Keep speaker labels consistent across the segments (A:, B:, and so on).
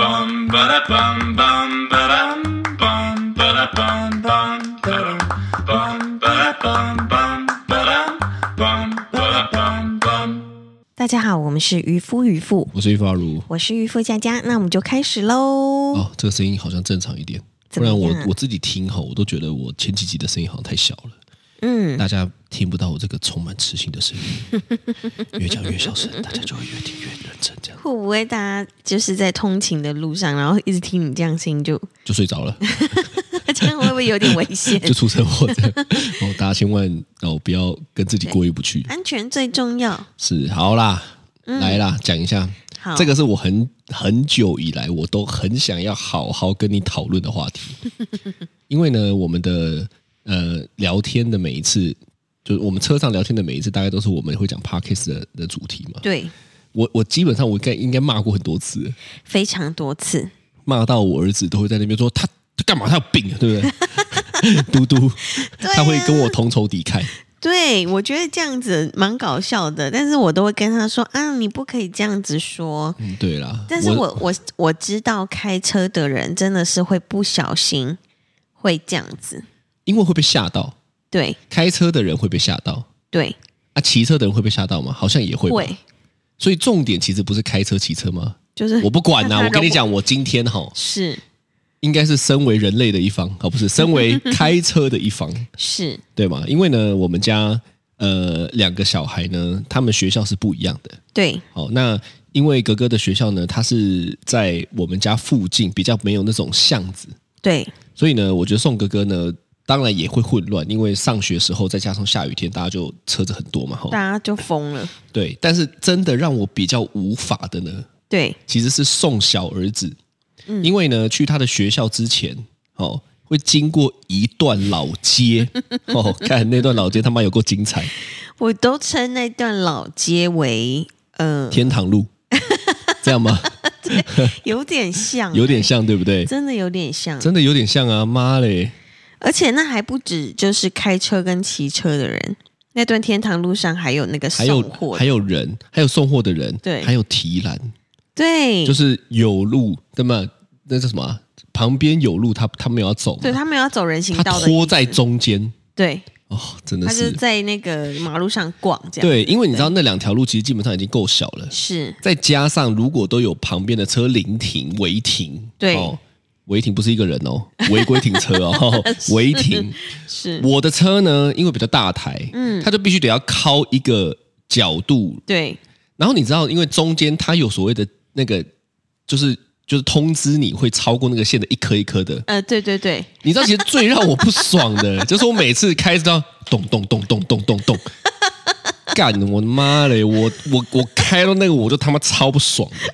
A: bum ba da bum bum ba dum bum ba da bum bum ba dum bum ba da bum bum ba dum bum ba da bum bum.
B: 大家好，我们是渔夫渔妇，
C: 我是玉发如。
B: 我是渔夫佳佳，那我们就开始喽。
C: 哦，这个声音好像正常一点，
B: 怎
C: 不
B: 么
C: 然
B: 样啊
C: 我我自己听吼，我都觉得我前几集的声音好像太小了，
B: 嗯，
C: 大家听不到我这个充满磁性的声音。 越讲越小声，大家就会越听越认真，这样
B: 会不会大家就是在通勤的路上，然后一直听你这样声音就，
C: 就睡着了，
B: 这样会不会有点危险？
C: 就出车祸 这样。哦，大家千万哦不要跟自己过意不去。
B: 安全最重要。
C: 是，好啦，来啦，讲一下，
B: 嗯好，
C: 这个是我很很久以来我都很想要好好跟你讨论的话题， 因为呢，我们的呃聊天的每一次，就是我们车上聊天的每一次，大概都是我们会讲 podcast 的的主题嘛。
B: 对，
C: 我我基本上我应该应该骂过很多次了，
B: 非常多次。
C: 骂到我儿子都会在那边说他他干嘛他有病啊，对不 对？嘟嘟，
B: 啊
C: 他会跟我同仇敌忾。
B: 对，我觉得这样子蛮搞笑的，但是我都会跟他说啊，你不可以这样子说。
C: 嗯，对啦，
B: 但是我我我知道开车的人真的是会不小心会这样子，
C: 因为会被吓到，
B: 对
C: 开车的人会被吓到。
B: 对，
C: 啊，骑车的人会被吓到吗？好像也会吧。
B: 会
C: 所以重点其实不是开车骑车吗？
B: 就是
C: 我不管呐、
B: 那他
C: 我跟
B: 如
C: 你
B: 果
C: 讲，我今天哈
B: 是
C: 应该是身为人类的一方，哦，不是身为开车的一方，
B: 是
C: 对吗？因为呢，我们家呃两个小孩呢，他们学校是不一样的。
B: 对
C: 哦，那因为格格的学校呢，它是在我们家附近，比较没有那种巷子，
B: 对
C: 所以呢，我觉得送哥哥呢，当然也会混乱，因为上学时候再加上下雨天，大家就车子很多嘛，哈、
B: 大家就疯了，
C: 对。但是真的让我比较无法的呢，
B: 对
C: 其实是送小儿子，
B: 嗯
C: 因为呢，去他的学校之前，哦，会经过一段老街，哦，看那段老街他妈有够精彩，
B: 我都称那段老街为呃，
C: 天堂路，这样吗？
B: 有点像，
C: 有点，像，对不对？
B: 真的有点像，
C: 真的有点像啊，妈嘞！
B: 而且那还不止，就是开车跟骑车的人，那段天堂路上还有那个
C: 还有
B: 送货的，
C: 还有人，还有送货的人，
B: 对嗯
C: 还有提篮，
B: 对，
C: 就是有路，那么那叫什么啊、旁边有路，他他没有要走嘛
B: 对他们要走人行
C: 他
B: 道的意思，
C: 拖在中间，
B: 对，
C: 哦，真的
B: 他就是是，在那个马路上逛这样，
C: 对，因为你知道那两条路其实基本上已经够小了，
B: 是
C: 再加上如果都有旁边的车临停、违停，
B: 对
C: 哦，违停不是一个人哦， 违规停车 哦，违停。
B: 是，
C: 我的车呢，因为比较大台，嗯，它就必须得要靠一个角度，
B: 对
C: 然后你知道，因为中间它有所谓的那个，就是。就是通知你会超过那个线的一颗一颗的，
B: 呃，对对对，
C: 你知道，其实最让我不爽的， 就是我每次开始到咚咚咚咚咚咚咚，干我的妈嘞！我我我开到那个我就他妈超不爽的，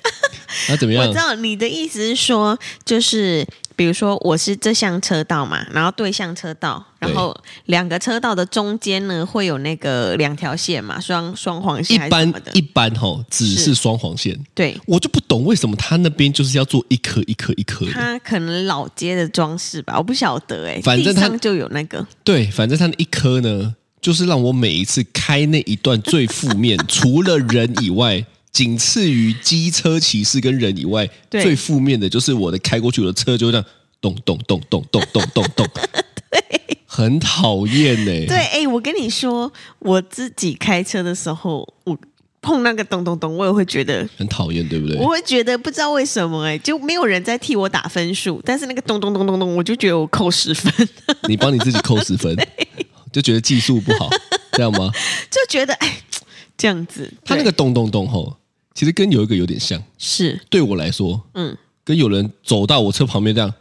C: 那怎么
B: 我
C: 样
B: 知？道你的意思是说，就是比如说我是这项车道嘛，然后对向车道，然
C: 对
B: 后两个车道的中间呢会有那个两条线嘛，双双黄
C: 一
B: 线还是什
C: 般
B: 么的
C: 一，般哈、只
B: 是
C: 是双黄线，
B: 对，
C: 我就不懂为什么他那边就是要做一颗一颗一颗的。
B: 它可能老街的装饰吧，我不晓得哎、
C: 反正
B: 地
C: 它
B: 上就有那个，
C: 对，反正他那一颗呢，就是让我每一次开那一段最负面，除了人以外。仅次于机车骑士跟人以外，
B: 对
C: 最负面的就是我的开过去，我的车就会这样咚咚咚咚咚咚咚咚，对，很讨厌欸呢、
B: 对，哎、我跟你说，我自己开车的时候，我碰那个咚咚咚，我也会觉得。
C: 很讨厌，对不对
B: 我？会觉得不知道为什么哎、就没有人在替我打分数，但是那个咚咚咚咚咚，我就觉得我扣十分。
C: 你帮你自己扣十分，就觉得技术不好，这样吗？
B: 就觉得哎，这样子，
C: 他那
B: 对
C: 个咚咚咚吼，其实跟有一个有点像，
B: 是
C: 对我来说，
B: 嗯，
C: 跟有人走到我车旁边这样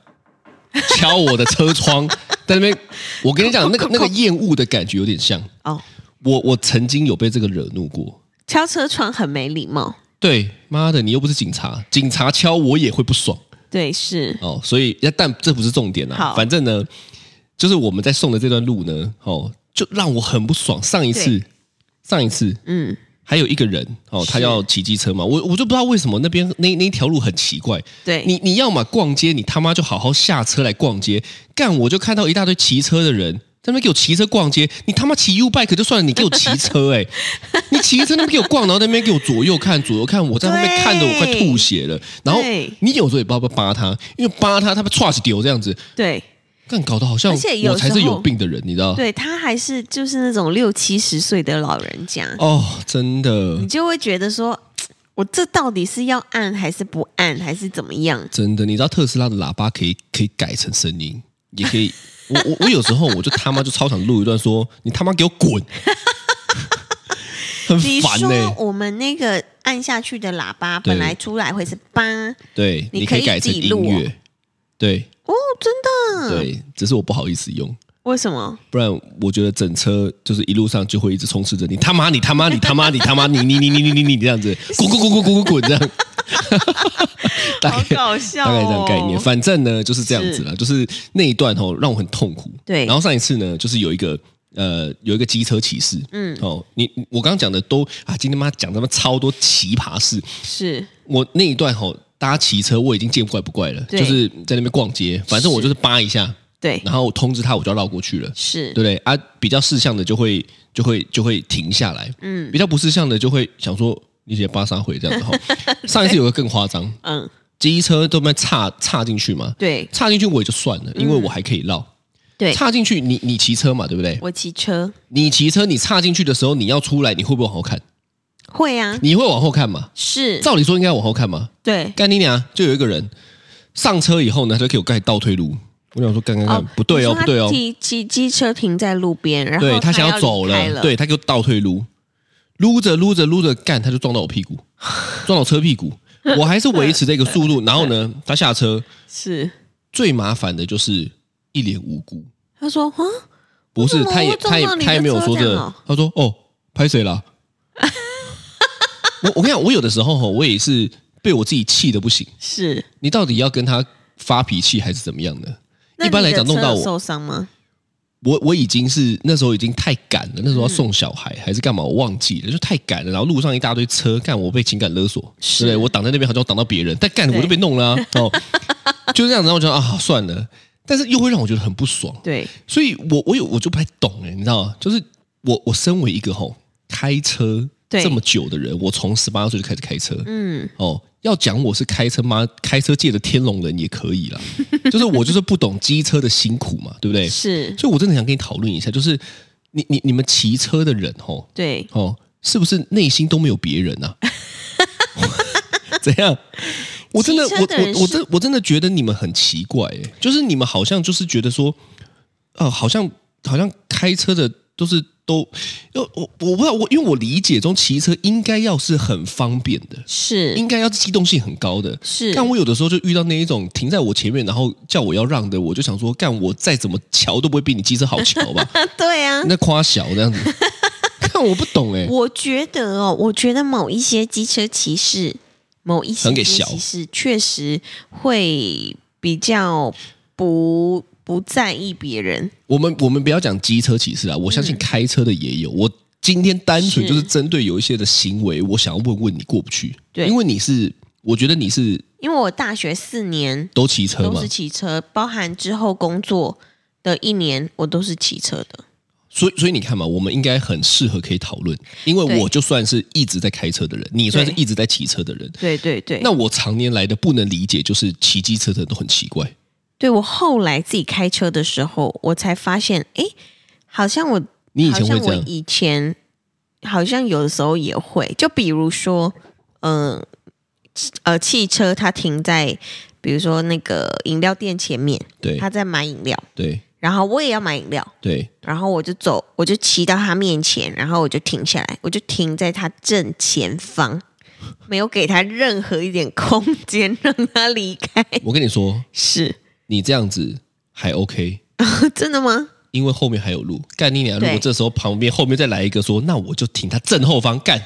C: 敲我的 车窗，在那边，我跟你讲，那个那个厌恶的感觉有点像。
B: 哦，
C: 我我曾经有被这个惹怒过。
B: 敲车窗很没礼貌，
C: 对，妈的，你又不是警察，警察敲我也会不爽
B: 对，是
C: 哦。所以，但这不是重点啊
B: 好。
C: 反正呢，就是我们在送的这段路呢，哦，就让我很不爽。上一次，上一次，
B: 嗯，
C: 还有一个人哦，他
B: 是
C: 要骑机车嘛，我我就不知道为什么那边那那一条路很奇怪。
B: 对，
C: 你你要么逛街，你他妈就好好下车来逛街，干我就看到一大堆骑车的人在那边给我骑车逛街，你他妈骑 U bike 就算了，你给我骑车 哎、你骑车那边给我逛，然后在那边给我左右看左右看，我在后面看的我快吐血了。然后
B: 对
C: 你有时候也不知道要不要扒他，因为扒他他被歘起丢这样子，
B: 对
C: 干搞得好像
B: 而且有
C: 我才是
B: 时候
C: 有病的人，你知道？
B: 对，他还是就是那种六七十岁的老人家，
C: 哦，真的
B: 你就会觉得说，我这到底是要按还是不按，还是怎么样？
C: 真的，你知道特斯拉的喇叭可以可以改成声音，也可以。我我我有时候我就他妈就超想录一段说你他妈给我滚，很
B: 你
C: 烦呢、
B: 说我们那个按下去的喇叭
C: 对
B: 本来出来会是哦八
C: 对，
B: 你
C: 你可
B: 可以
C: 改
B: 自
C: 成
B: 己
C: 音
B: 录哦
C: 乐。对
B: 哦，真的？
C: 对，只是我不好意思用，
B: 为什么？
C: 不然我觉得整车就是一路上就会一直充斥着你他妈你他妈你他妈你他妈你你你你你你你这样子滚滚滚滚滚滚滚这样，大概
B: 搞笑哦
C: 大概这样概念。反正呢就是这样子了，哦就是那一段哦让我很痛苦。
B: 对
C: 然后上一次呢就是有一个。呃，有一个机车骑士，嗯，哦，你你我刚刚讲的都啊，今天妈讲他妈超多奇葩事，
B: 是
C: 我那一段吼，大家骑车我已经见怪不怪了，
B: 对
C: 就是在那边逛街，反正我就是扒一下，
B: 对，
C: 然后我通知他我就要绕过去了，
B: 是
C: 对不对？啊，比较事项的就会就会就会停下来，嗯，比较不事项的就会想说你直接扒杀回这 样子哈。上一次有个更夸张，
B: 嗯，
C: 机车都被插插进去嘛，
B: 对
C: 插进去我也就算了，因为我还可以绕。
B: 嗯对，
C: 插进去，你你骑车嘛，对不对？
B: 我骑车
C: 你骑车，你插进去的时候，你要出来，你会不会往后看？
B: 会啊，
C: 你会往后看吗？
B: 是，
C: 照理说应该往后看吗？
B: 对，
C: 干你娘！就有一个人上车以后呢，他就给我盖倒退路。我想说，干干干，不对
B: 你
C: 哦，
B: 说他
C: 不对哦，
B: 骑骑机车停在路边，然后
C: 对他想
B: 要
C: 走
B: 离开了，
C: 对他给我倒退撸，撸着撸着撸着干，他就撞到我屁 股，撞到我车屁股。我还是维持这个速度，然后呢，他下车
B: 是。
C: 最麻烦的就是一脸无辜，
B: 他说啊，
C: 不是
B: 为什么
C: 他也
B: 我撞
C: 他也
B: 到你的
C: 他也没有
B: 车
C: 说
B: 这
C: 这
B: 样哦，
C: 他说哦拍 谁啦？我我跟你讲，我有的时候吼，我也是被我自己气的不行。
B: 是。
C: 你到底要跟他发脾气还是怎么样呢？
B: 那
C: 一般来讲，
B: 你的
C: 弄
B: 车
C: 到
B: 有
C: 我，
B: 受伤吗？
C: 我我已经是那时候已经太赶了，那时候
B: 嗯
C: 要送小孩、还是干嘛，我忘记了，就太赶了。然后路上一大堆车，干我被情感勒索，对
B: 是
C: 不对我挡在那边好像我挡到别人，但干
B: 对
C: 我就被弄了、啊、 哦，就是这样子。然后我就啊算了，但是又会让我觉得很不爽，
B: 对，
C: 所以我我有我就不太懂哎、你知道吗？就是我我身为一个吼、开车
B: 对
C: 这么久的人，我从十八岁就开始开车，
B: 嗯，
C: 哦，要讲我是开车妈开车界的天龙人也可以啦，就是我就是不懂机车的辛苦嘛，对不对？
B: 是，
C: 所以我真的想跟你讨论一下，就是你你你们骑车的人哦
B: 对，
C: 哦，是不是内心都没有别人 啊？怎样？我真的
B: 骑
C: 我
B: 车的人
C: 我我
B: 是
C: 真我真的觉得你们很奇怪、欸，就是你们好像就是觉得说，呃，好像好像开车的都是都，呃我我不知道我因为我理解中骑车应该要是很方便的，
B: 是
C: 应该要机动性很高的。
B: 是，
C: 但我有的时候就遇到那一种停在我前面，然后叫我要让的，我就想说，干我再怎么瞧都不会比你机车好瞧 吧？
B: 对啊。
C: 那夸小 这样子，看我不懂哎、
B: 我觉得哦，我觉得某一些机车骑士，某一些
C: 很给
B: 机车
C: 小
B: 骑士确实会比较不不在意别人，
C: 我们我们不要讲机车骑士啊，我相信开车的也有。我今天单
B: 嗯
C: 纯
B: 是
C: 就是针对有一些的行为，我想要问问你过不去，
B: 对
C: 因为你是，我觉得你是
B: 因为我大学四年
C: 都骑车
B: 都
C: 嘛
B: 是，骑车，包含之后工作的一年，我都是骑车的。
C: 所以所以你看嘛，我们应该很适合可以讨论，因为
B: 对
C: 我就算是一直在开车的人，你算是
B: 对
C: 一直在骑车的人，
B: 对对对，
C: 那我常年来的不能理解，就是骑机车的人都很奇怪。
B: 对我后来自己开车的时候，我才发现，诶，好像我
C: 你以
B: 好
C: 前会
B: 像
C: 这
B: 我
C: 样？
B: 以前好像有的时候也会，就比如说，嗯、呃，汽车它停在，比如说那个饮料店前面，
C: 对
B: 他在买饮料，
C: 对
B: 然后我也要买饮料，
C: 对
B: 然后我就走，我就骑到他面前，然后我就停下来，我就停在他正前方， 没有给他任何一点空间让他离开。
C: 我跟你说，
B: 是，
C: 你这样子还 OK，
B: 真的吗？
C: 因为后面还有路。干你娘！如
B: 对
C: 果这时候旁边后面再来一个说，那我就停他正后方干，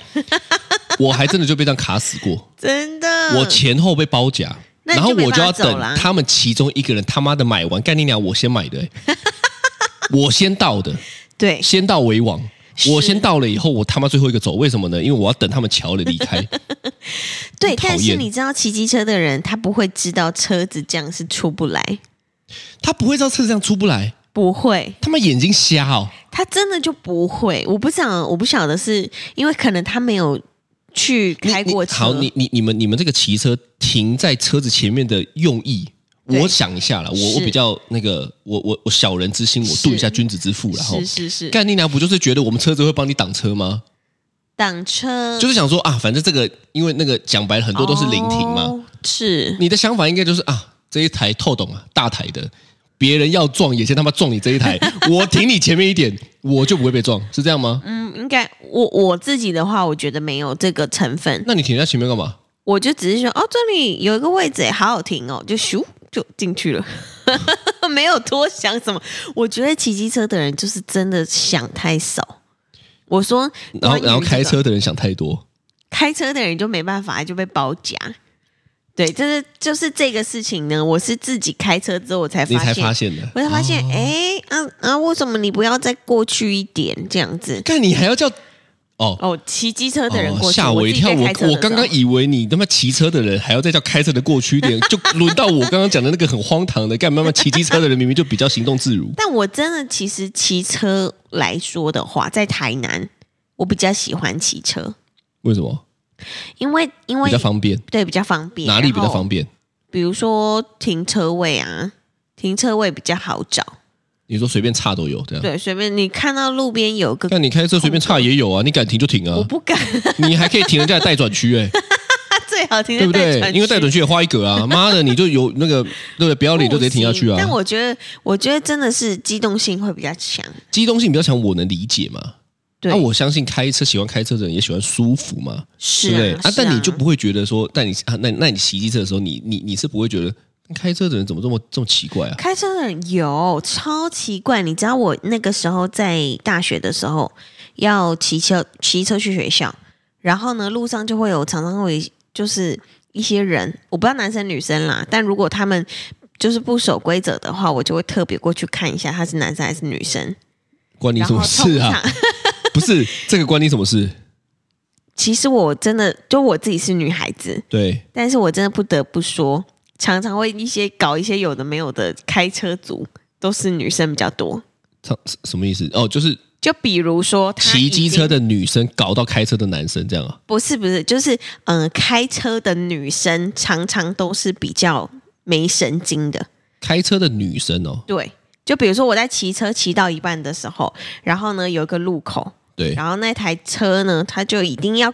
C: 我还真的就被这样卡死过。
B: 真的，
C: 我前后被包夹，
B: 嗯那你
C: 然
B: 就
C: 后
B: 没
C: 我就要
B: 办法走
C: 等
B: 啦
C: 他们其中一个人他妈的买完，干你娘！我先买的、 欸我先到的，
B: 对
C: 先到为王。我先到了以后，我他妈最后一个走，为什么呢？因为我要等他们瞧了 离开。
B: 对，
C: 讨
B: 但是
C: 厌
B: 你知道骑机车的人，他不会知道车子这样是出不来。
C: 他不会知道车子这样出不来，
B: 不会，
C: 他们眼睛瞎哦，
B: 他真的就不会。我不想，我不晓得是因为可能他没有去
C: 你
B: 开过
C: 你
B: 车。
C: 好，你你你们你们这个骑车停在车子前面的用意，
B: 对
C: 我想一下了，我我
B: 是
C: 比较那个，我我我小人之心，我度一下
B: 是
C: 君子之腹然后
B: 是是是，
C: 干你娘不就是觉得我们车子会帮你挡车吗？
B: 挡车
C: 就是想说啊，反正这个因为那个讲白了很多都是临停嘛，
B: 哦是
C: 你的想法应该就是啊，这一台透懂啊，大台的，别人要撞也先他妈撞你这 一台，我停你前面一点，我就不会被撞，是这样吗？
B: 嗯，应该我我自己的话，我觉得没有这个成分，
C: 那你停在前面干嘛？
B: 我就只是说哦，这里有一个位置，好好停哦，就咻就进去了， 没有多想什么。我觉得骑机车的人就是真的想太少。我说，
C: 然后
B: 关于
C: 然后开
B: 这个
C: 车的人想太多，
B: 开车的人就没办法，就被包夹。对，就是就是这个事情呢，我是自己开车之后我才
C: 你
B: 发
C: 才
B: 现，
C: 发哦现的。
B: 我才发现，哎、啊啊，为什么你不要再过去一点这样子？
C: 看你还要叫哦。
B: 哦，骑机车的人过
C: 哦
B: 去，
C: 吓我一跳！
B: 自己
C: 我
B: 在开车的
C: 我刚刚
B: 时候
C: 以为你他妈骑车的人还要再叫开车的过去 一点，就轮到我刚刚讲的那个很荒唐的，干嘛嘛骑机车的人明明就比较行动自如。
B: 但我真的其实骑车来说的话，在台南，我比较喜欢骑车，
C: 为什么？
B: 因为因为
C: 比较方便，
B: 对比较方便，
C: 哪里比较方
B: 便？
C: 便？
B: 比如说停车位啊，停车位比较好找，
C: 你说随便岔都有这样。
B: 对，随便你看到路边有个，
C: 但你开车随便岔也有啊，你敢停就停
B: 我
C: 啊，
B: 不敢，
C: 你还可以停人家的待转区哎、
B: 他最好停
C: 对不
B: 在
C: 对
B: 带转？区
C: 因为待转区也花一格啊，妈的，你就有那个对不对？不要脸就直接停下
B: 不
C: 去
B: 行但
C: 啊。
B: 我觉得，我觉得真的是机动性会比较强。
C: 机动性比较强，我能理解嘛。
B: 对，
C: 那、啊我相信开车喜欢开车的人也喜欢舒服嘛，
B: 是
C: 对不对？
B: 啊，是
C: 但你就不会觉得说，但你啊，那那你骑机车的时候，你你你是不会觉得开车的人怎么这么这么奇怪啊？
B: 开车的人有超奇怪，你知道我那个时候在大学的时候要骑车骑车去学校，然后呢路上就会有常常会就是一些人，我不知道男生女生啦，但如果他们就是不守规则的话，我就会特别过去看一下他是男生还是女生。
C: 关你
B: 然
C: 什
B: 后
C: 么事
B: 通常
C: 啊？ 不是这个关你什么事？
B: 其实我真的就我自己是女孩子，
C: 对，
B: 但是我真的不得不说，常常会一些搞一些有的没有的开车族都是女生比较多。
C: 他什么意思？哦，就是
B: 就比如说他
C: 骑
B: 已
C: 机
B: 经
C: 车的女生搞到开车的男生这样啊？
B: 不是不是，就是嗯、呃开车的女生常常都是比较没神经的，
C: 开车的女生哦，
B: 对。就比如说我在骑车骑到一半的时候，然后呢有一个路口，
C: 对，
B: 然后那台车呢，它就一定要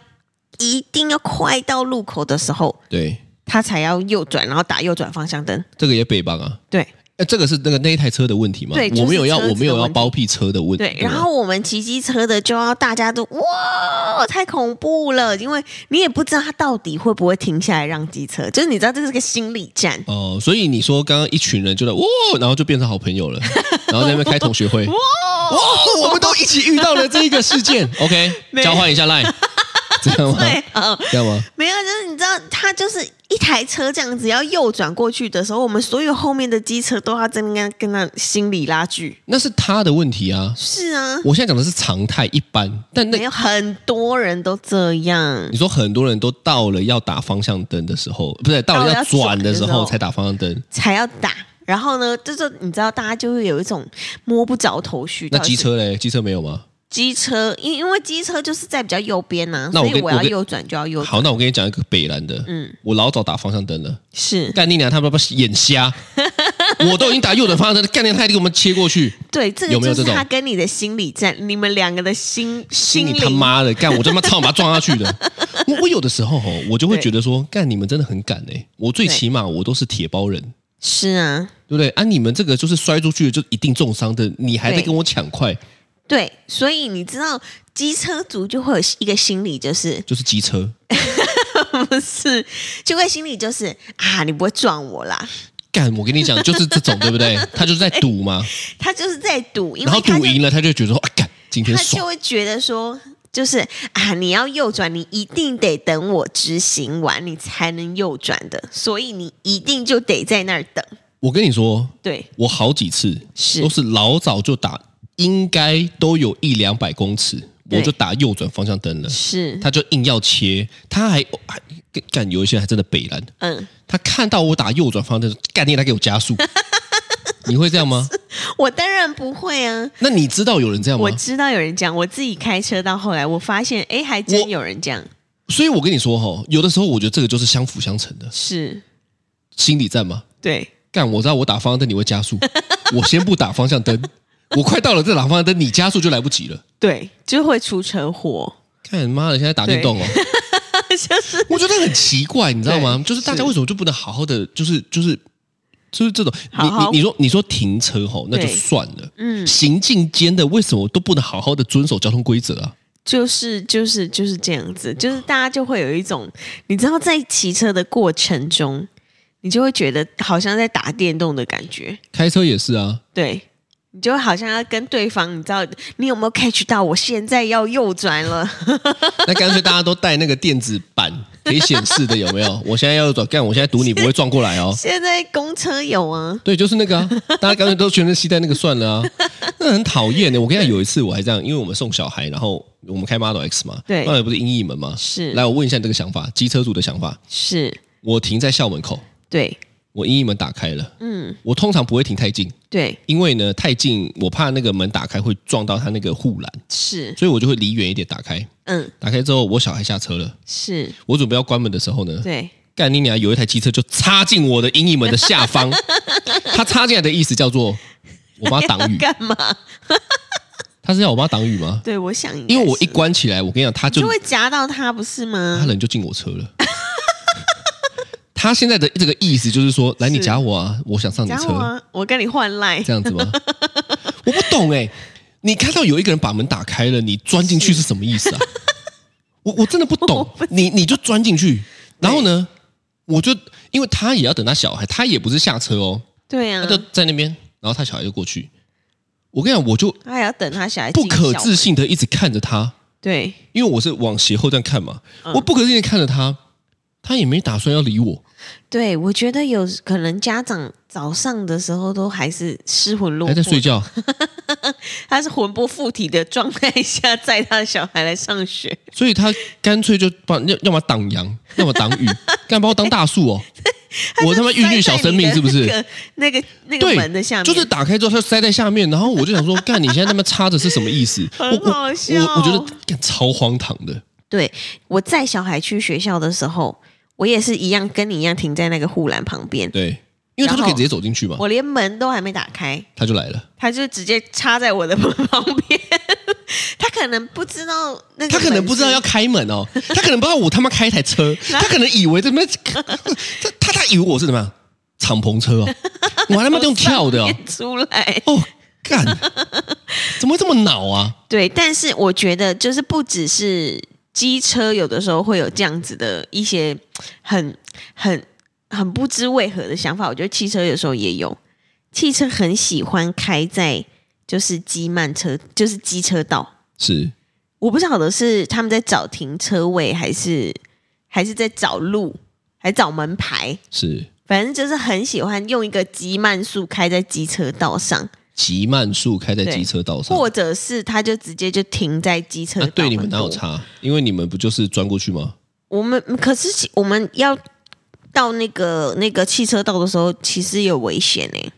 B: 一定要快到路口的时候，
C: 对，
B: 它才要右转，然后打右转方向灯。
C: 这个也北棒啊。
B: 对
C: 呃，这个是那个那一台车的问题吗？
B: 对就是
C: 我没有要，
B: 车子的
C: 我没有要
B: 问题
C: 包庇车的问题。
B: 对，
C: 吧
B: 然后我们骑机车的就要大家都哇，太恐怖了，因为你也不知道它到底会不会停下来让机车，就是你知道这是个心理战。
C: 哦、所以你说刚刚一群人就在哇，然后就变成好朋友 了，然后在那边开同学会，哇，我们都一起遇到了这一个 事件，OK，
B: 没
C: 交换一下 line，这样吗？
B: 对， 嗯，
C: 这样吗？
B: 没有，就是你知道，他就是一台车这样子要右转过去的时候，我们所有后面的机车都要在那边跟他心理拉锯。
C: 那是他的问题啊，
B: 是啊，
C: 我现在讲的是常态一般，但那
B: 没有很多人都这样
C: 你，说很多人都到了要打方向灯的时候，不是到
B: 到
C: 了
B: 了
C: 要
B: 要
C: 转的
B: 转的
C: 时
B: 时
C: 候
B: 候
C: 才打方向灯，
B: 才要打。然后呢，就是你知道，大家就会有一种摸不着头绪。
C: 那
B: 到底
C: 机
B: 是
C: 车嘞？机车没有吗？
B: 机车，因因为机车就是在比较右边呐、
C: 那我
B: 所
C: 跟
B: 以我
C: 我
B: 要
C: 跟
B: 右转就要右转。
C: 好，那我跟你讲一个北兰的，嗯
B: 嗯，
C: 我老早打方向灯了，
B: 是
C: 干你娘，他们不眼瞎，我都已经打右转方向灯，干你娘他还给我们切过去，
B: 对，这
C: 有
B: 个
C: 没有
B: 就
C: 这
B: 是
C: 种
B: 他跟你的心理战，你们两个的心
C: 心
B: 心
C: 里
B: 灵
C: 他妈的，干我他妈操，把他撞下 去的。我我有的时候哦，我就会
B: 对
C: 觉得说，干你们真的很敢哎、我最
B: 对
C: 起码我都是铁包人，
B: 是啊，
C: 对不对？啊，你们这个就是摔出去的就一定重伤的，你还在
B: 对
C: 跟我抢快，
B: 对，所以你知道机车族就会有一个心理，就是
C: 就是机车。
B: 不是就会心里就是啊，你不会撞我啦。
C: 干，我跟你讲，就是这种，对不对？他就是在赌嘛，
B: 他就是在赌，因
C: 然后
B: 为他
C: 赌
B: 就
C: 赢了，他就觉得说，啊，干，今天
B: 他就
C: 爽。
B: 会觉得说，就是啊，你要右转，你一定得等我执行完，你才能右转的，所以你一定就得在那儿等。
C: 我跟你说，
B: 对，
C: 我好几次
B: 是
C: 都是老早就打，应该都有一两百公尺，我
B: 对
C: 就打右转方向灯了。
B: 是，
C: 他就硬要切，他还还干有一些人还真的北蓝，
B: 嗯，
C: 他看到我打右转方向灯，干你来给我加速，你会这样吗？
B: 我当然不会啊！
C: 那你知道有人这样吗
B: 我？知道有人讲，我自己开车到后来，我发现，哎，还真
C: 我
B: 有人讲，
C: 所以我跟你说哈、有的时候我觉得这个就是相辅相成的
B: 是
C: 心理战嘛。
B: 对，
C: 干，我知道我打方向灯你会加速，我先不打方向灯， 我快到了再打方向灯，你加速就来不及了。
B: 对，就会出车祸，
C: 看妈的，现在打电动哦，
B: 就是
C: 我觉得很奇怪，你知道吗？
B: 对
C: 就是大家
B: 是
C: 为什么就不能好好的，就是就是就是这种，
B: 好好
C: 你你你说你说停车吼，那就
B: 对
C: 算了，
B: 嗯
C: 行进间的为什么都不能好好的遵守交通规则啊？
B: 就是就是就是这样子，就是大家就会有一种，你知道，在骑车的过程中，你就会觉得好像在打电动的感觉，
C: 开车也是啊，
B: 对。你就好像要跟对方，你知道你有没有 catch 到？我现在要右转 了，
C: 那干脆大家都带那个电子版可以显示的，有没有？我 现在要转，干，我现在赌你不会撞过来哦。
B: 现在公车有啊，
C: 对，就是那个啊，大家干脆都全身携带那个算了啊，那很讨厌的。我跟你讲，有一次我还这样，因为我们送小孩，然后我们开 Model X 嘛，
B: 对
C: 后来不是音译门嘛，
B: 是
C: 来，我问一下你这个想法，机车主的想法。
B: 是，
C: 我停在校门口，
B: 对，
C: 我阴影门打开了。
B: 嗯，
C: 我通常不会停太近，
B: 对，
C: 因为呢太近，我怕那个门打开会撞到他那个护栏，
B: 是，
C: 所以我就会离远一点打开。
B: 嗯，
C: 打开之后，我小孩下车了，
B: 是，
C: 我准备要关门的时候呢，
B: 对，
C: 干你娘！有一台机车就插进我的阴影门的下 方，它插进来的意思叫做我妈挡雨，
B: 干嘛？
C: 他是要我妈挡雨吗？
B: 对，我想应该
C: 因为我一
B: 是
C: 关起来，我跟你讲，他
B: 就
C: 就
B: 会夹到他，不是
C: 他
B: 吗？
C: 人就进我车了。 他现在的这个意思就是说，来你
B: 是
C: 夹我啊，我想上你
B: 夹
C: 车。
B: 我啊！我跟你换赖
C: 这，样子吗？ 我不懂哎、你看到有一个人把门打开了，你钻进去是什么 意思啊？我我真的不懂，你你就钻进去，然后呢，我就因为他也要等他小孩，他也不是下车哦，
B: 对啊
C: 他，就在那边，然后他小孩就过去。我跟你讲，我就
B: 他还要等他小孩
C: 不
B: 进
C: 可
B: 校
C: 置信的一直看着他，
B: 对，
C: 因为我是往斜后这样看嘛，
B: 嗯
C: 我不可置信地看着他，他也没打算要理我，
B: 对，我觉得有可能家长早上的时候都还是失魂落
C: 还
B: 魄，
C: 在睡觉。
B: 他是魂不附体的状态下载他的小孩来上学，
C: 所以他干脆就把要要么挡 阳，要么挡雨，干嘛把我当大树哦？我他妈孕育小生命是不是？
B: 塞在你的那个那个那
C: 对
B: 个门的下面，
C: 就是打开之后，它塞在下面，然后我就想说，干，你现在那么插着是什么意思？我
B: 很好笑
C: 我我我觉得干超荒唐的。
B: 对我载小孩去学校的时候，我也是一样跟你一样停在那个护栏旁边，
C: 对，因为他就
B: 然后
C: 可以直接走进去嘛，
B: 我连门都还没打开，
C: 他就来了。
B: 他就直接插在我的 门旁边。他可能不知道那个，
C: 他可能不知 道要，开门哦，他可能不知道我他妈开一台车，他可能以为这边他他他以为我是怎么样敞篷车哦，我还他妈用跳的哦，
B: 出来。
C: 哦干，怎么会这么恼啊？
B: 对，但是我觉得就是不只是机车，有的时候会有这样子的一些很很很不知为何的想法。我觉得汽车有时候也有，汽车很喜欢开在就是机慢车，就是机车道。
C: 是
B: 我不晓得是他们在找停车位，还是还是在找路，还找门牌，
C: 是，
B: 反正就是很喜欢用一个极慢速开在机车道上，
C: 极慢速开在机车道上。
B: 或者是他就直接就停在机车
C: 那
B: 道、
C: 对你们哪有？差？因为你们不就是钻过去吗？
B: 我们可是其我们要到那个那个汽车道的时候，其实有危险欸呢、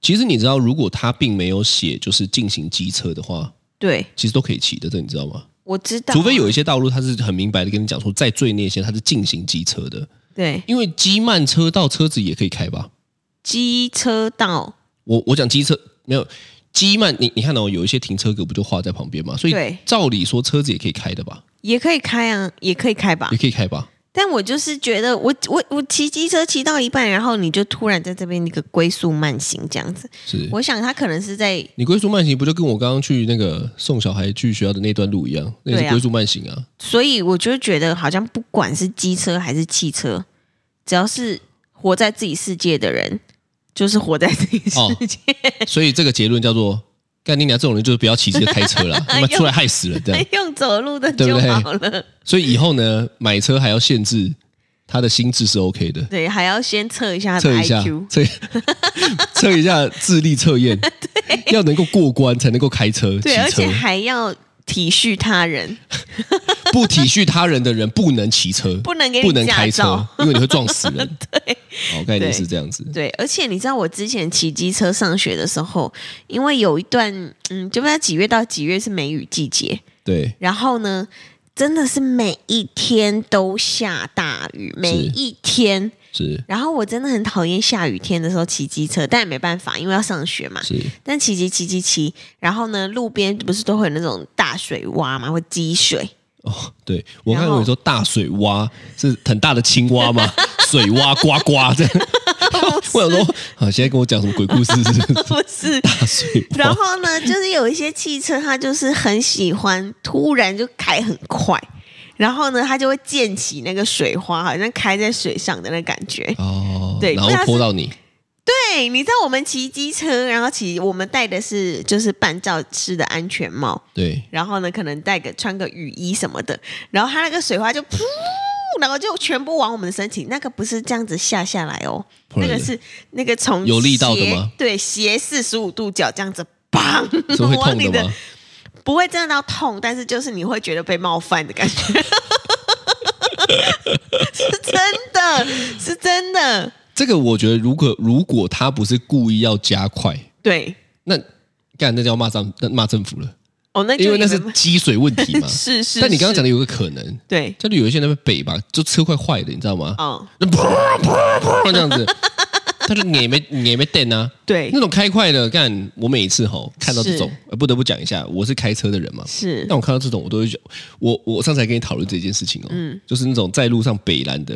C: 其实你知道，如果他并没有写就是进行机车的话，
B: 对，
C: 其实都可以骑的，这你知道吗？
B: 我知道啊，
C: 除非有一些道路，它是很明白的跟你讲说，在最内线它是进行机车的，
B: 对
C: 因为机慢车道车子也可以开吧？
B: 机车道，
C: 我我讲机车没有机慢，你你看到、哦、有一些停车格不就画在旁边嘛？所以
B: 对
C: 照理说车子也可以开的吧？
B: 也可以开啊，也可以开吧
C: 也。可以开吧？
B: 但我就是觉得我，我我骑机车骑到一半，然后你就突然在这边一个龟速慢行这样子，
C: 是
B: 我想他可能是在
C: 你龟速慢行不就跟我刚刚去那个送小孩去学校的那段路一样？那也
B: 对
C: 是
B: 啊
C: 龟速慢行啊。
B: 所以我就觉得，好像不管是机车还是汽车，只要是活在自己世界的人，就是活在自己
C: 哦
B: 世界。
C: 所以这个结论叫做：干你娘这种人就是不要骑这个开 车啦，他妈出来害死人这样。
B: 用走路的
C: 对
B: 就
C: 不对
B: 好了。
C: 所以以后呢，买车还要限制他的心智是 OK 的，
B: 对，还要先测一下他
C: 测
B: 的
C: 一 下
B: IQ，，
C: 测测 一下智力测验，要能够过关才能够开车、骑
B: 对，而且
C: 车。
B: 还要体恤他人，
C: 不体恤他人的人不能骑车，
B: 不能给你
C: 不能开
B: 驾
C: 车
B: 照，
C: 因为你会撞死人。
B: 对
C: 哦，概念
B: 对
C: 是这样子。
B: 对，而且你知道我之前骑机车上学的时候，因为有一段，嗯，就不知道几月到几月是梅雨季节，
C: 对，
B: 然后呢，真的是每一天都下大雨，每一天。
C: 是
B: 然后我真的很讨厌下雨天的时候骑机车，但也没办法，因为要上学嘛。
C: 是，
B: 但骑骑骑骑骑，然后呢，路边不是都会有那种大水洼嘛，会积水。
C: 哦，对我
B: 然
C: 看
B: 后
C: 有人说大水蛙是很大的青 蛙吗？水蛙呱呱这样。我想说，啊，现在跟我讲什么鬼故 事？是不是
B: 不是，
C: 大水
B: 然
C: 蛙？
B: 后呢，就是有一些汽车，它就是很喜欢突然就开很快，然后呢，它就会溅起那个水花，好像开在水上的那感觉。
C: 哦，
B: 对
C: 然后
B: 不知道是
C: 泼到你，
B: 对，你知道我们骑机车，然后骑我们戴的是就是半罩式的安全帽，
C: 对，
B: 然后呢，可能戴个穿个雨衣什么的，然后它那个水花就噗，然后就全部往我们的身体，那个不是这样子下下来哦，
C: 不
B: 那
C: 然
B: 个
C: 呢
B: 是那个从
C: 有力道的
B: 斜
C: 吗
B: 对，斜四十五度角这样子，砰，
C: 是会
B: 往你
C: 痛的吗？
B: 不会真的到痛，但是就是你会觉得被冒犯的感觉， 是真的，是真的，
C: 这个我觉得，如果如果他不是故意要加快，
B: 对，
C: 那干那就要骂政那骂政府了，
B: 哦，那就
C: 因为那是
B: 你们。
C: 积水问题 嘛
B: 是是，
C: 但你刚刚讲
B: 的
C: 的有个可能，
B: 对，
C: 就是有一些人在那边北吧，就车快坏了，你知道吗？
B: 哦，
C: 那砰砰砰这样子，他就也没也没电啊。
B: 对
C: 那种开快的，干我每一次吼看到这种
B: 是，
C: 呃不得不讲一下，我是开车的人嘛。
B: 是
C: 但我看到这种，我都会觉我我上次还跟你讨论这件事情哦，
B: 嗯
C: 就是那种在路上北拦的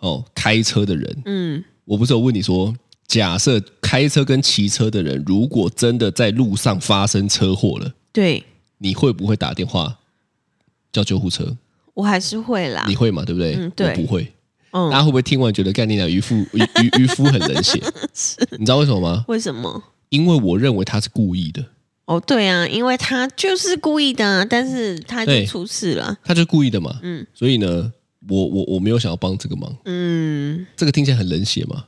C: 哦，开车的人，
B: 嗯，
C: 我不是有问你说，假设开车跟骑车的人如果真的在路上发生车祸了，
B: 对
C: 你会不会打电话叫救护车？
B: 我还是会啦
C: 你，会嘛？对不对？
B: 嗯对
C: 我不会。
B: 嗯
C: 大家会不会听完觉得干你俩渔夫渔渔渔夫很 冷血？你知道为什么吗？
B: 为什么？
C: 因为我认为他是故意的，
B: 哦，对啊，因为他就是故意的啊，但是他就
C: 对
B: 出事了，
C: 他就是故意的嘛。
B: 嗯
C: 所以呢，我我我没有想要帮这个忙，
B: 嗯
C: 这个听起来很冷血嘛。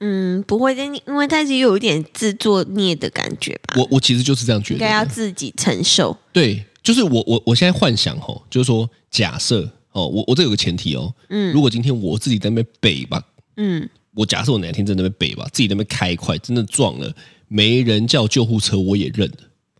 B: 嗯，不会，但因为他是有一点自作孽的感觉吧，
C: 我我其实就是这样觉
B: 应
C: 得
B: 该要
C: 的。
B: 自己承受，
C: 对，就是我我我现在幻想吼，就是说假设哦，我我这有个前提哦，嗯，如果今天我自己在那边北吧，
B: 嗯，
C: 我假设我哪天在那边北吧，自己在那边开快，真的撞了，没人叫救护车，我也认了。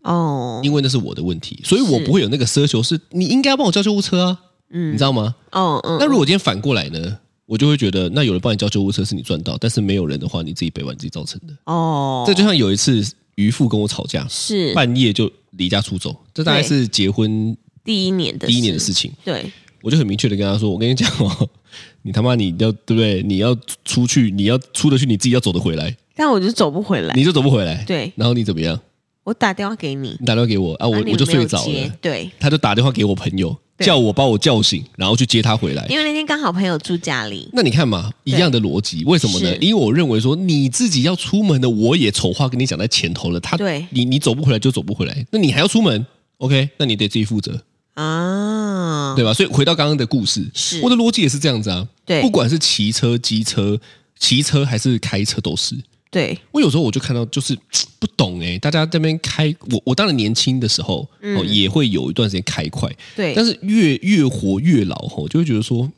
B: 哦，
C: 因为那是我的问题，所以我
B: 是
C: 不会有那个奢求是，你应该要帮我叫救护车啊，你知道吗？
B: 哦嗯，
C: 那如果今天反过来呢，我就会觉得，那有人帮你叫救护车是你赚到，但是没有人的话，你自己背完自己造成的。
B: 哦，
C: 这就像有一次渔夫跟我吵架，
B: 是
C: 半夜就离家出走，这大概
B: 对
C: 是结婚
B: 第一年的
C: 第一年的事情，
B: 对，
C: 我就很明确的跟他说，我跟你讲哦， 你他妈你要对不对？你要出去，你要出得去，你自己要走得回来，
B: 但我就走不回来。
C: 你就走不回来。
B: 哎对
C: 然后你怎么样？
B: 我打电话给你，
C: 你打电话给我啊，我
B: 然后你
C: 我就
B: 没有
C: 睡着
B: 接
C: 了。
B: 对，
C: 他就打电话给我朋友，
B: 对
C: 叫我把我叫醒，然后去接他回来。
B: 因为那天刚好朋友住家里，
C: 那你看嘛，一样的逻辑，为什么呢
B: 是？
C: 因为我认为说你自己要出门的，我也丑话跟你讲在前头了。他
B: 对
C: 你你走不回来就走不回来，那你还要出门？OK，那你得自己负责，
B: 啊，
C: 对吧？所以回到刚刚的故事，
B: 是
C: 我的逻辑也是这样子啊。
B: 对
C: 不管是骑车、机车、骑车还是开车都是。
B: 对
C: 我有时候我就看到，就是不懂哎、大家这边开我我当然年轻的时候、哦，也会有一段时间开快，
B: 嗯对，
C: 但
B: 是
C: 是越越活越老吼，就会觉得说，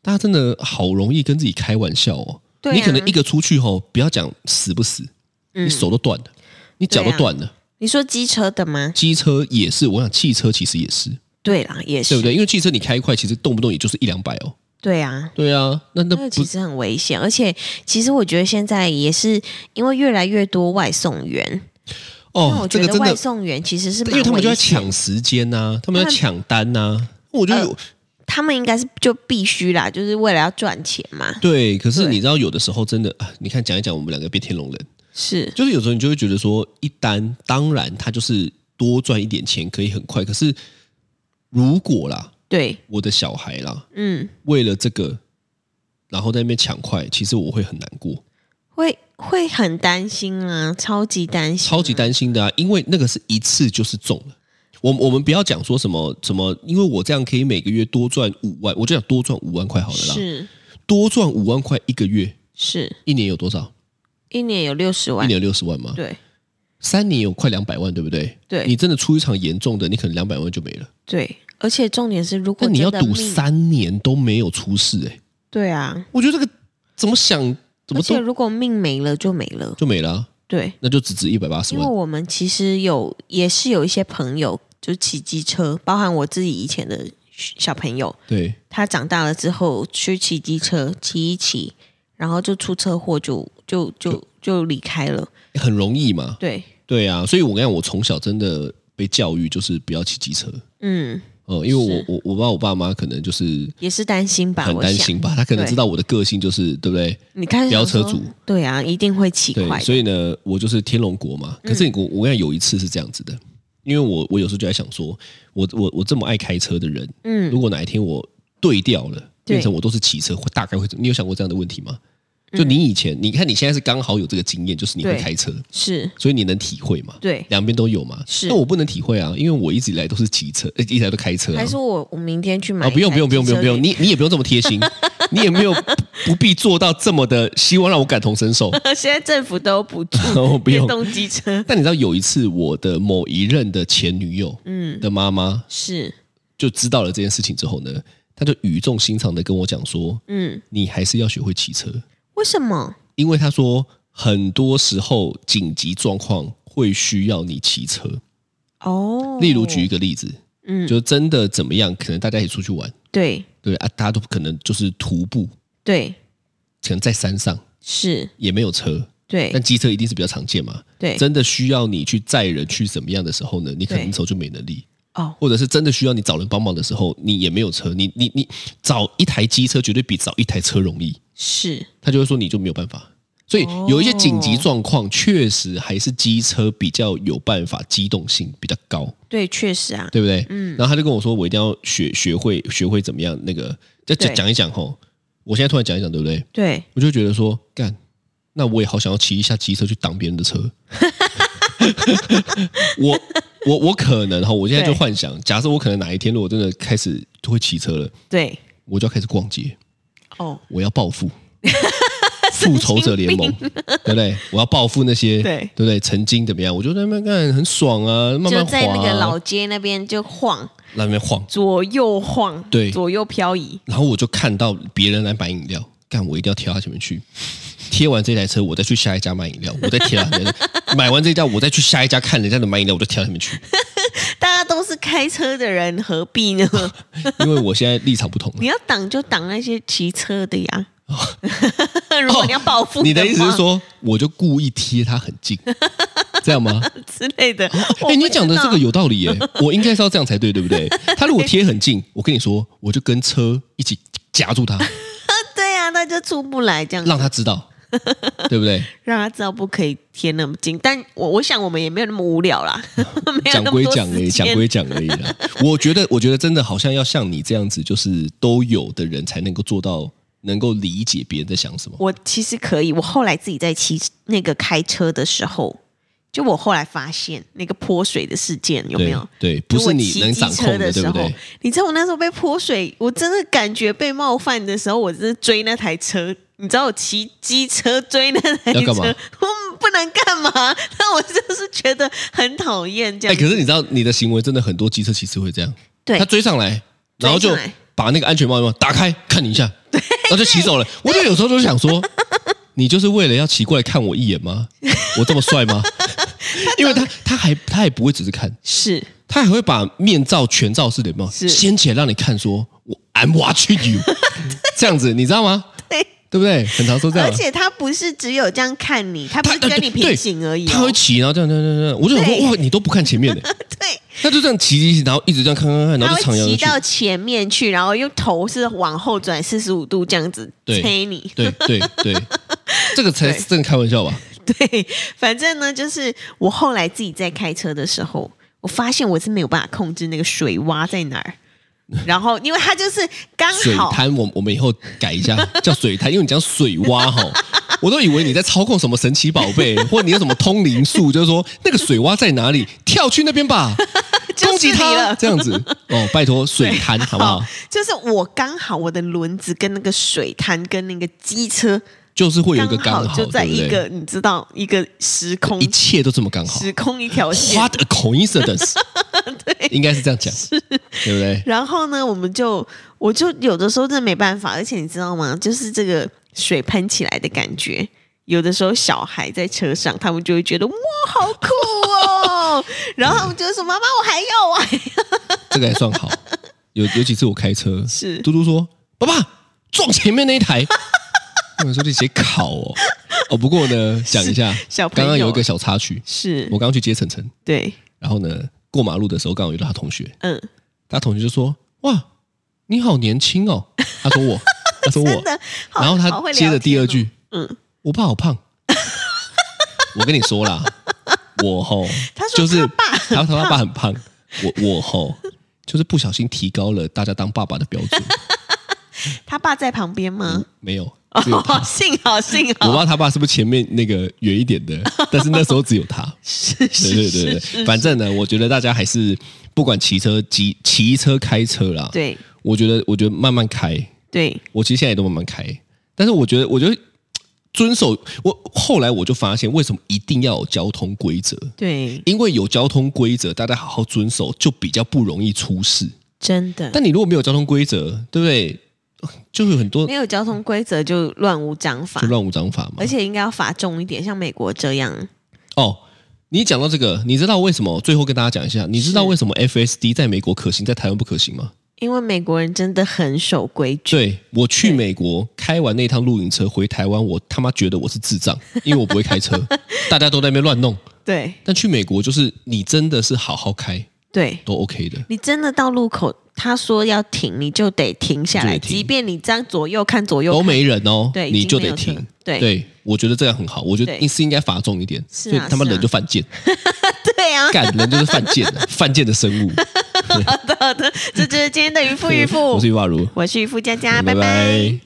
C: 大家真的好容易跟自己开玩笑哦。
B: 对啊嗯
C: 你可能一个出去吼，不要讲死不死，你手都断了，你脚都
B: 对啊
C: 断了。
B: 你说机车的吗？
C: 机车也是，我想汽车其实也是，
B: 对啦，也
C: 对
B: 是
C: 不对？因为汽车你开快，其实动不动也就是一两百哦。
B: 对啊。
C: 对啊，那那
B: 那个
C: 不
B: 其实很危险，而且其实我觉得现在也是因为越来越多外送员，那
C: 哦
B: 我，
C: 这
B: 觉
C: 个
B: 得
C: 真
B: 外
C: 的，
B: 送员其实是
C: 因为他们
B: 蛮
C: 就在
B: 危险
C: 抢，时间呐、他
B: 他们
C: 们在
B: 呃
C: 抢单呐、我就有、
B: 他们应该是就必须啦，就是为了要赚钱嘛，
C: 对，可是
B: 对
C: 你知道，有的时候真的，啊你看讲一讲，我们两个变天龙人，
B: 是
C: 就是有时候你就会觉得说，一单当然它就是多赚一点钱可以很快，可是如果啦，
B: 对，
C: 我的小孩啦，
B: 嗯，
C: 为了这个，然后在那边抢快，其实我会很难过，
B: 会会很担心啊，超级担心，
C: 超级担心的啊，因为那个是一次就是中了。我我们不要讲说什么什么，因为我这样可以每个月多赚五万，我就想多赚五万块好了啦，
B: 是
C: 多赚五万块一个月，
B: 是，
C: 一年有多少？
B: 一年有六十
C: 一
B: 万，
C: 年有六十万吗？
B: 对，
C: 三年有快两百万，对不对？
B: 对
C: 你真的出一场严重的，你可能两百万就没了。
B: 对，而且重点是，如
C: 那
B: 果
C: 你要
B: 真的
C: 赌
B: 命，
C: 三年都没有出事、欸，
B: 对啊，
C: 我觉得这个怎么想
B: 而
C: 怎么
B: 且
C: 都
B: 如果命没了就没了，
C: 就没了啊、
B: 对，
C: 那就只值一百八十
B: 因为
C: 万。
B: 我们其实有也是有一些朋友就骑机车，包含我自己以前的小朋友，
C: 对，
B: 他长大了之后去骑机车，骑一骑，然后就出车祸就，就就就离开了。
C: 很容易嘛。
B: 对，
C: 对啊，所以我跟你讲，我从小真的被教育就是不要骑机车。
B: 嗯，
C: 呃，因为我
B: 是
C: 我我爸我爸妈可能就是
B: 也是担心吧，
C: 很担
B: 我想。
C: 心吧，他可能
B: 对
C: 知道我的个性就是对不对？
B: 你看，
C: 飙
B: 想
C: 车
B: 说
C: 族，
B: 对啊，一定会骑
C: 对，
B: 快
C: 所
B: 的。嗯
C: 以呢，我就是天龙国嘛。可是你我我跟你讲有一次是这样子的，因为我我有时候就在想说，我我我这么爱开车的人，
B: 嗯
C: 如果哪一天我对调了，
B: 对
C: 变成我都是骑车，会大概会怎么？你有想过这样的问题吗？就你以前，你看你现在是刚好有这个经验，就是你
B: 嗯
C: 会
B: 对
C: 开车，
B: 是，
C: 所以你能体会嘛？
B: 对。
C: 两边都有嘛？
B: 是
C: 那我不能体会啊，因为我一直以来都是骑车，呃一直以来都开车、啊
B: 还。是我我明天去买
C: 哦，
B: 一台机
C: 不
B: 车给你？
C: 用不用不用不用不用，你你也不用这么贴 心，你也没有不必做到这么的，希望让我感同身受。
B: 现在政府都有补 助
C: 我哦不
B: 电
C: 用，
B: 动机 车，
C: 但你知道有一次，我的某一任的前女友，嗯，的妈妈
B: 是，
C: 就知道了这件事情之后呢，她就语重心长的跟我讲说，
B: 嗯，
C: 你还是要学会骑车，
B: 为什么？
C: 因为她说很多时候紧急状况会需要你骑车。
B: 哦，
C: 例如举一个例子，
B: 嗯
C: 就真的怎么样，可能大家一起出去玩，
B: 对
C: 对啊，大家都可能就是徒步，
B: 对
C: 可能在山上
B: 是，
C: 也没有车，但
B: 对
C: 机车一定是比较常见嘛。
B: 对
C: 真的需要你去载人去怎么样的时候呢，你可能
B: 对
C: 那时候就没能力。
B: 哦，
C: 或者是真的需要你找人帮忙的时候，你也没有车，你你你找一台机车绝对比找一台车容易，
B: 是
C: 他就会说你就没有办法。所以
B: 哦
C: 有一些紧急状况，确实还是机车比较有办法，机动性比较高，
B: 对，确实啊，
C: 对不对？嗯。然后他就跟我说，我一定要学学会学会怎么样那个，再
B: 对
C: 讲讲一讲吼。我现在突然讲一讲，对不对？
B: 对，
C: 我就觉得说，干，那我也好想要骑一下机车去挡别人的车。 我我我可能哈，我现在就
B: 对
C: 幻想，假设我可能哪一天如果真的开始就会骑车了，
B: 对，
C: 我就要开始逛街，
B: 哦，
C: 我要报复 复仇者联盟，对不对？我要报复那些
B: 对
C: 对不对？曾经怎么样，我就在那边干很爽啊，慢慢
B: 就
C: 滑、
B: 在
C: 啊，
B: 那个老街那边就晃，
C: 那边晃，
B: 左右晃，
C: 对
B: 左右漂移，
C: 然后我就看到别人来买饮料，干我一定要贴到他前面去。贴完这台车，我再去下一家买饮料，我再贴到他前 面去买完这家，我再去下一家看人家的买饮料，我就贴到他们去。
B: 大家都是开车的人，何必呢？
C: 因为我现在立场不同了
B: 你要挡就挡那些骑车的呀。 如果你要报复、
C: 哦你的意思是说，我就故意贴他很近，这样吗？
B: 之类的？
C: 哎、
B: 我不
C: 你讲的
B: 知道
C: 这个有道理耶、我应该是要这样才对，对不对？他如果贴很近，我跟你说，我就跟车一起夹住他，
B: 对啊，那就出不来，这样
C: 让他知道，对不对？
B: 让他知道不可以贴那么近。但我我想我们也没有那么无聊啦， 没有
C: 讲
B: 那么
C: 归
B: 多
C: 哦讲而已，
B: 时
C: 讲
B: 间。
C: 归讲而已啦。 我觉得，我觉得真的好像要像你这样子，就是都有的人才能够做到，能够理解别人在想什么。
B: 我其实可以，我后来自己在骑那个开车的时候，就我后来发现那个泼水的事件有没有？
C: 对？对，不是你能掌控
B: 的时
C: 对不
B: 候，
C: 对？
B: 你知道我那时候被泼水，我真的感觉被冒犯的时候，我真的追那台车。你知道我骑机车追那台车，
C: 要干嘛
B: 我不能干嘛？ 但我就是觉得很讨厌这
C: 哎、
B: 样。
C: 可是你知道，你的行为真的很多机车骑士会这样，
B: 对
C: 他追上来，然后
B: 追
C: 就
B: 上来
C: 把那个安全帽有没有打开看你一下，然后就骑 走了。我就有时候就想说，你就是为了要骑过来看我一眼吗？我这么 帅吗？因为他他还他也不会只是看，
B: 是
C: 他还会把面罩、全罩式的有没有
B: 是
C: 掀起来让你看说，我 I'm watching you，这样子你知道吗？
B: 对，
C: 对不对？很常说这样
B: 而
C: 啊。
B: 且他不是只有这样看你，他不是跟你平行而已、
C: 他
B: 哦
C: 会。骑，然后这样这样这样这样，我就想
B: 对
C: 说哇，你都不看前面的，
B: 对，
C: 他就这样骑骑骑，然后一直这样看看看，然
B: 他
C: 后就徜
B: 会
C: 徉
B: 骑
C: 而去。
B: 到前面去，然后用头是往后转四十五度这样子
C: 对
B: 推你。
C: 对对 对，这个才
B: 对
C: 是真的开玩笑吧？
B: 对，反正呢，就是我后来自己在开车的时候，我发现我是没有办法控制那个水洼在哪 儿。然后，因为它就是刚
C: 水
B: 好，
C: 滩，我我们以后改一下 叫水滩，因为你讲水洼哈，我都以为你在操控什么神奇宝 贝，或你有什么通灵术，就是说那个水洼在哪里，跳去那边吧，
B: 就是
C: 攻击
B: 你
C: 它
B: 了
C: 这样子哦，拜托水滩
B: 哦
C: 好不好？
B: 就是我刚好我的轮子跟那个水潭跟那个机车
C: 就是会有一个
B: 刚
C: 刚
B: 好就在
C: 对不对
B: 一个你知道一个时空
C: 一切都这么刚好
B: 时空一条线，
C: ，What a coincidence！对，应该是这样讲，对不对？
B: 然后呢，我们就我就有的时候真的没办法，而且你知道吗？就是这个水喷起来的感觉，有的时候小孩在车上，他们就会觉得哇，好酷哦， 然后他们就会说妈妈，我还啊要，我还要
C: 这个还算好。有有几次我开车，
B: 是
C: 嘟嘟说：“爸爸撞前面那一台。” 我说：“这些考哦。”哦，不过 呢，讲一下，
B: 小朋
C: 刚
B: 友
C: 刚有一个小插曲，
B: 是
C: 我，刚刚去接晨晨，
B: 对，
C: 然后呢，过马路的时候刚好遇到他同学，
B: 嗯，
C: 他同学就说：“哇，你好年轻哦。”他 说我，他说我
B: 真，的。好
C: 然后
B: 好
C: 他
B: 会
C: 接着
B: 聊
C: 第
B: 天哦
C: 二句，
B: 嗯，
C: 我爸好 胖。我跟你说啦，我吼，
B: 他说
C: 就是
B: 他爸
C: 他说他爸很胖，我我吼，就是不小心提高了大家当爸爸的标准，
B: 他爸在旁边吗？
C: 没有，只有
B: 哦，
C: 他。
B: 幸好幸
C: 我不知
B: 好，
C: 道他爸是不是前面那个远一点的， 但是那时候只有他。
B: 是
C: 对对
B: 是
C: 对
B: 是
C: 对，
B: 是，
C: 反正呢，我觉得大家还是不管骑车、骑骑车、开车啦，
B: 对
C: 我觉得我觉得慢慢开，
B: 对，
C: 我其实现在也都慢慢开，但是我觉得，我觉得遵守我后来我就发现，为什么一定要有交通规则？
B: 对，
C: 因为有交通规则，大家好好遵守，就比较不容易出事。
B: 真的
C: 但你如果没有交通规则，对不对？就会有很多
B: 没有交通规则就乱无章法
C: 就，乱无章法嘛
B: 而。且应该要罚重一点，像美国这样。
C: 哦，你讲到这个，你知道为什么？最后跟大家讲一下，你知道为什么 FSD 在美国可行，在台湾不可行吗？
B: 因为美国人真的很守规矩，
C: 对我去美国开完那趟露营车回台湾，我他妈觉得我是智 障，因为我不会开车，大家都在那边乱弄。
B: 对
C: 但去美国就是你真的是好好开
B: 对，
C: 都 OK 的，
B: 你真的到路口，他说要停，你就得停下
C: 就
B: 来，
C: 得停
B: 即便你这样左右看左右
C: 都
B: 看，
C: 没人哦，
B: 对，
C: 你
B: 已经
C: 就
B: 没
C: 得
B: 有车
C: 停。，
B: 对
C: 对，我觉得这样很好，我觉得
B: 对
C: 是应该罚重一点，
B: 是
C: 所
B: 啊
C: 以他妈
B: 是啊
C: 人就犯贱，
B: 对啊，
C: 干人就是犯贱的，犯贱的生 物。
B: 好的好的，这就是今天的渔夫渔
C: 我
B: 夫
C: 是，玉发如，嗯
B: 我是渔夫佳佳，
C: 拜
B: 啊拜拜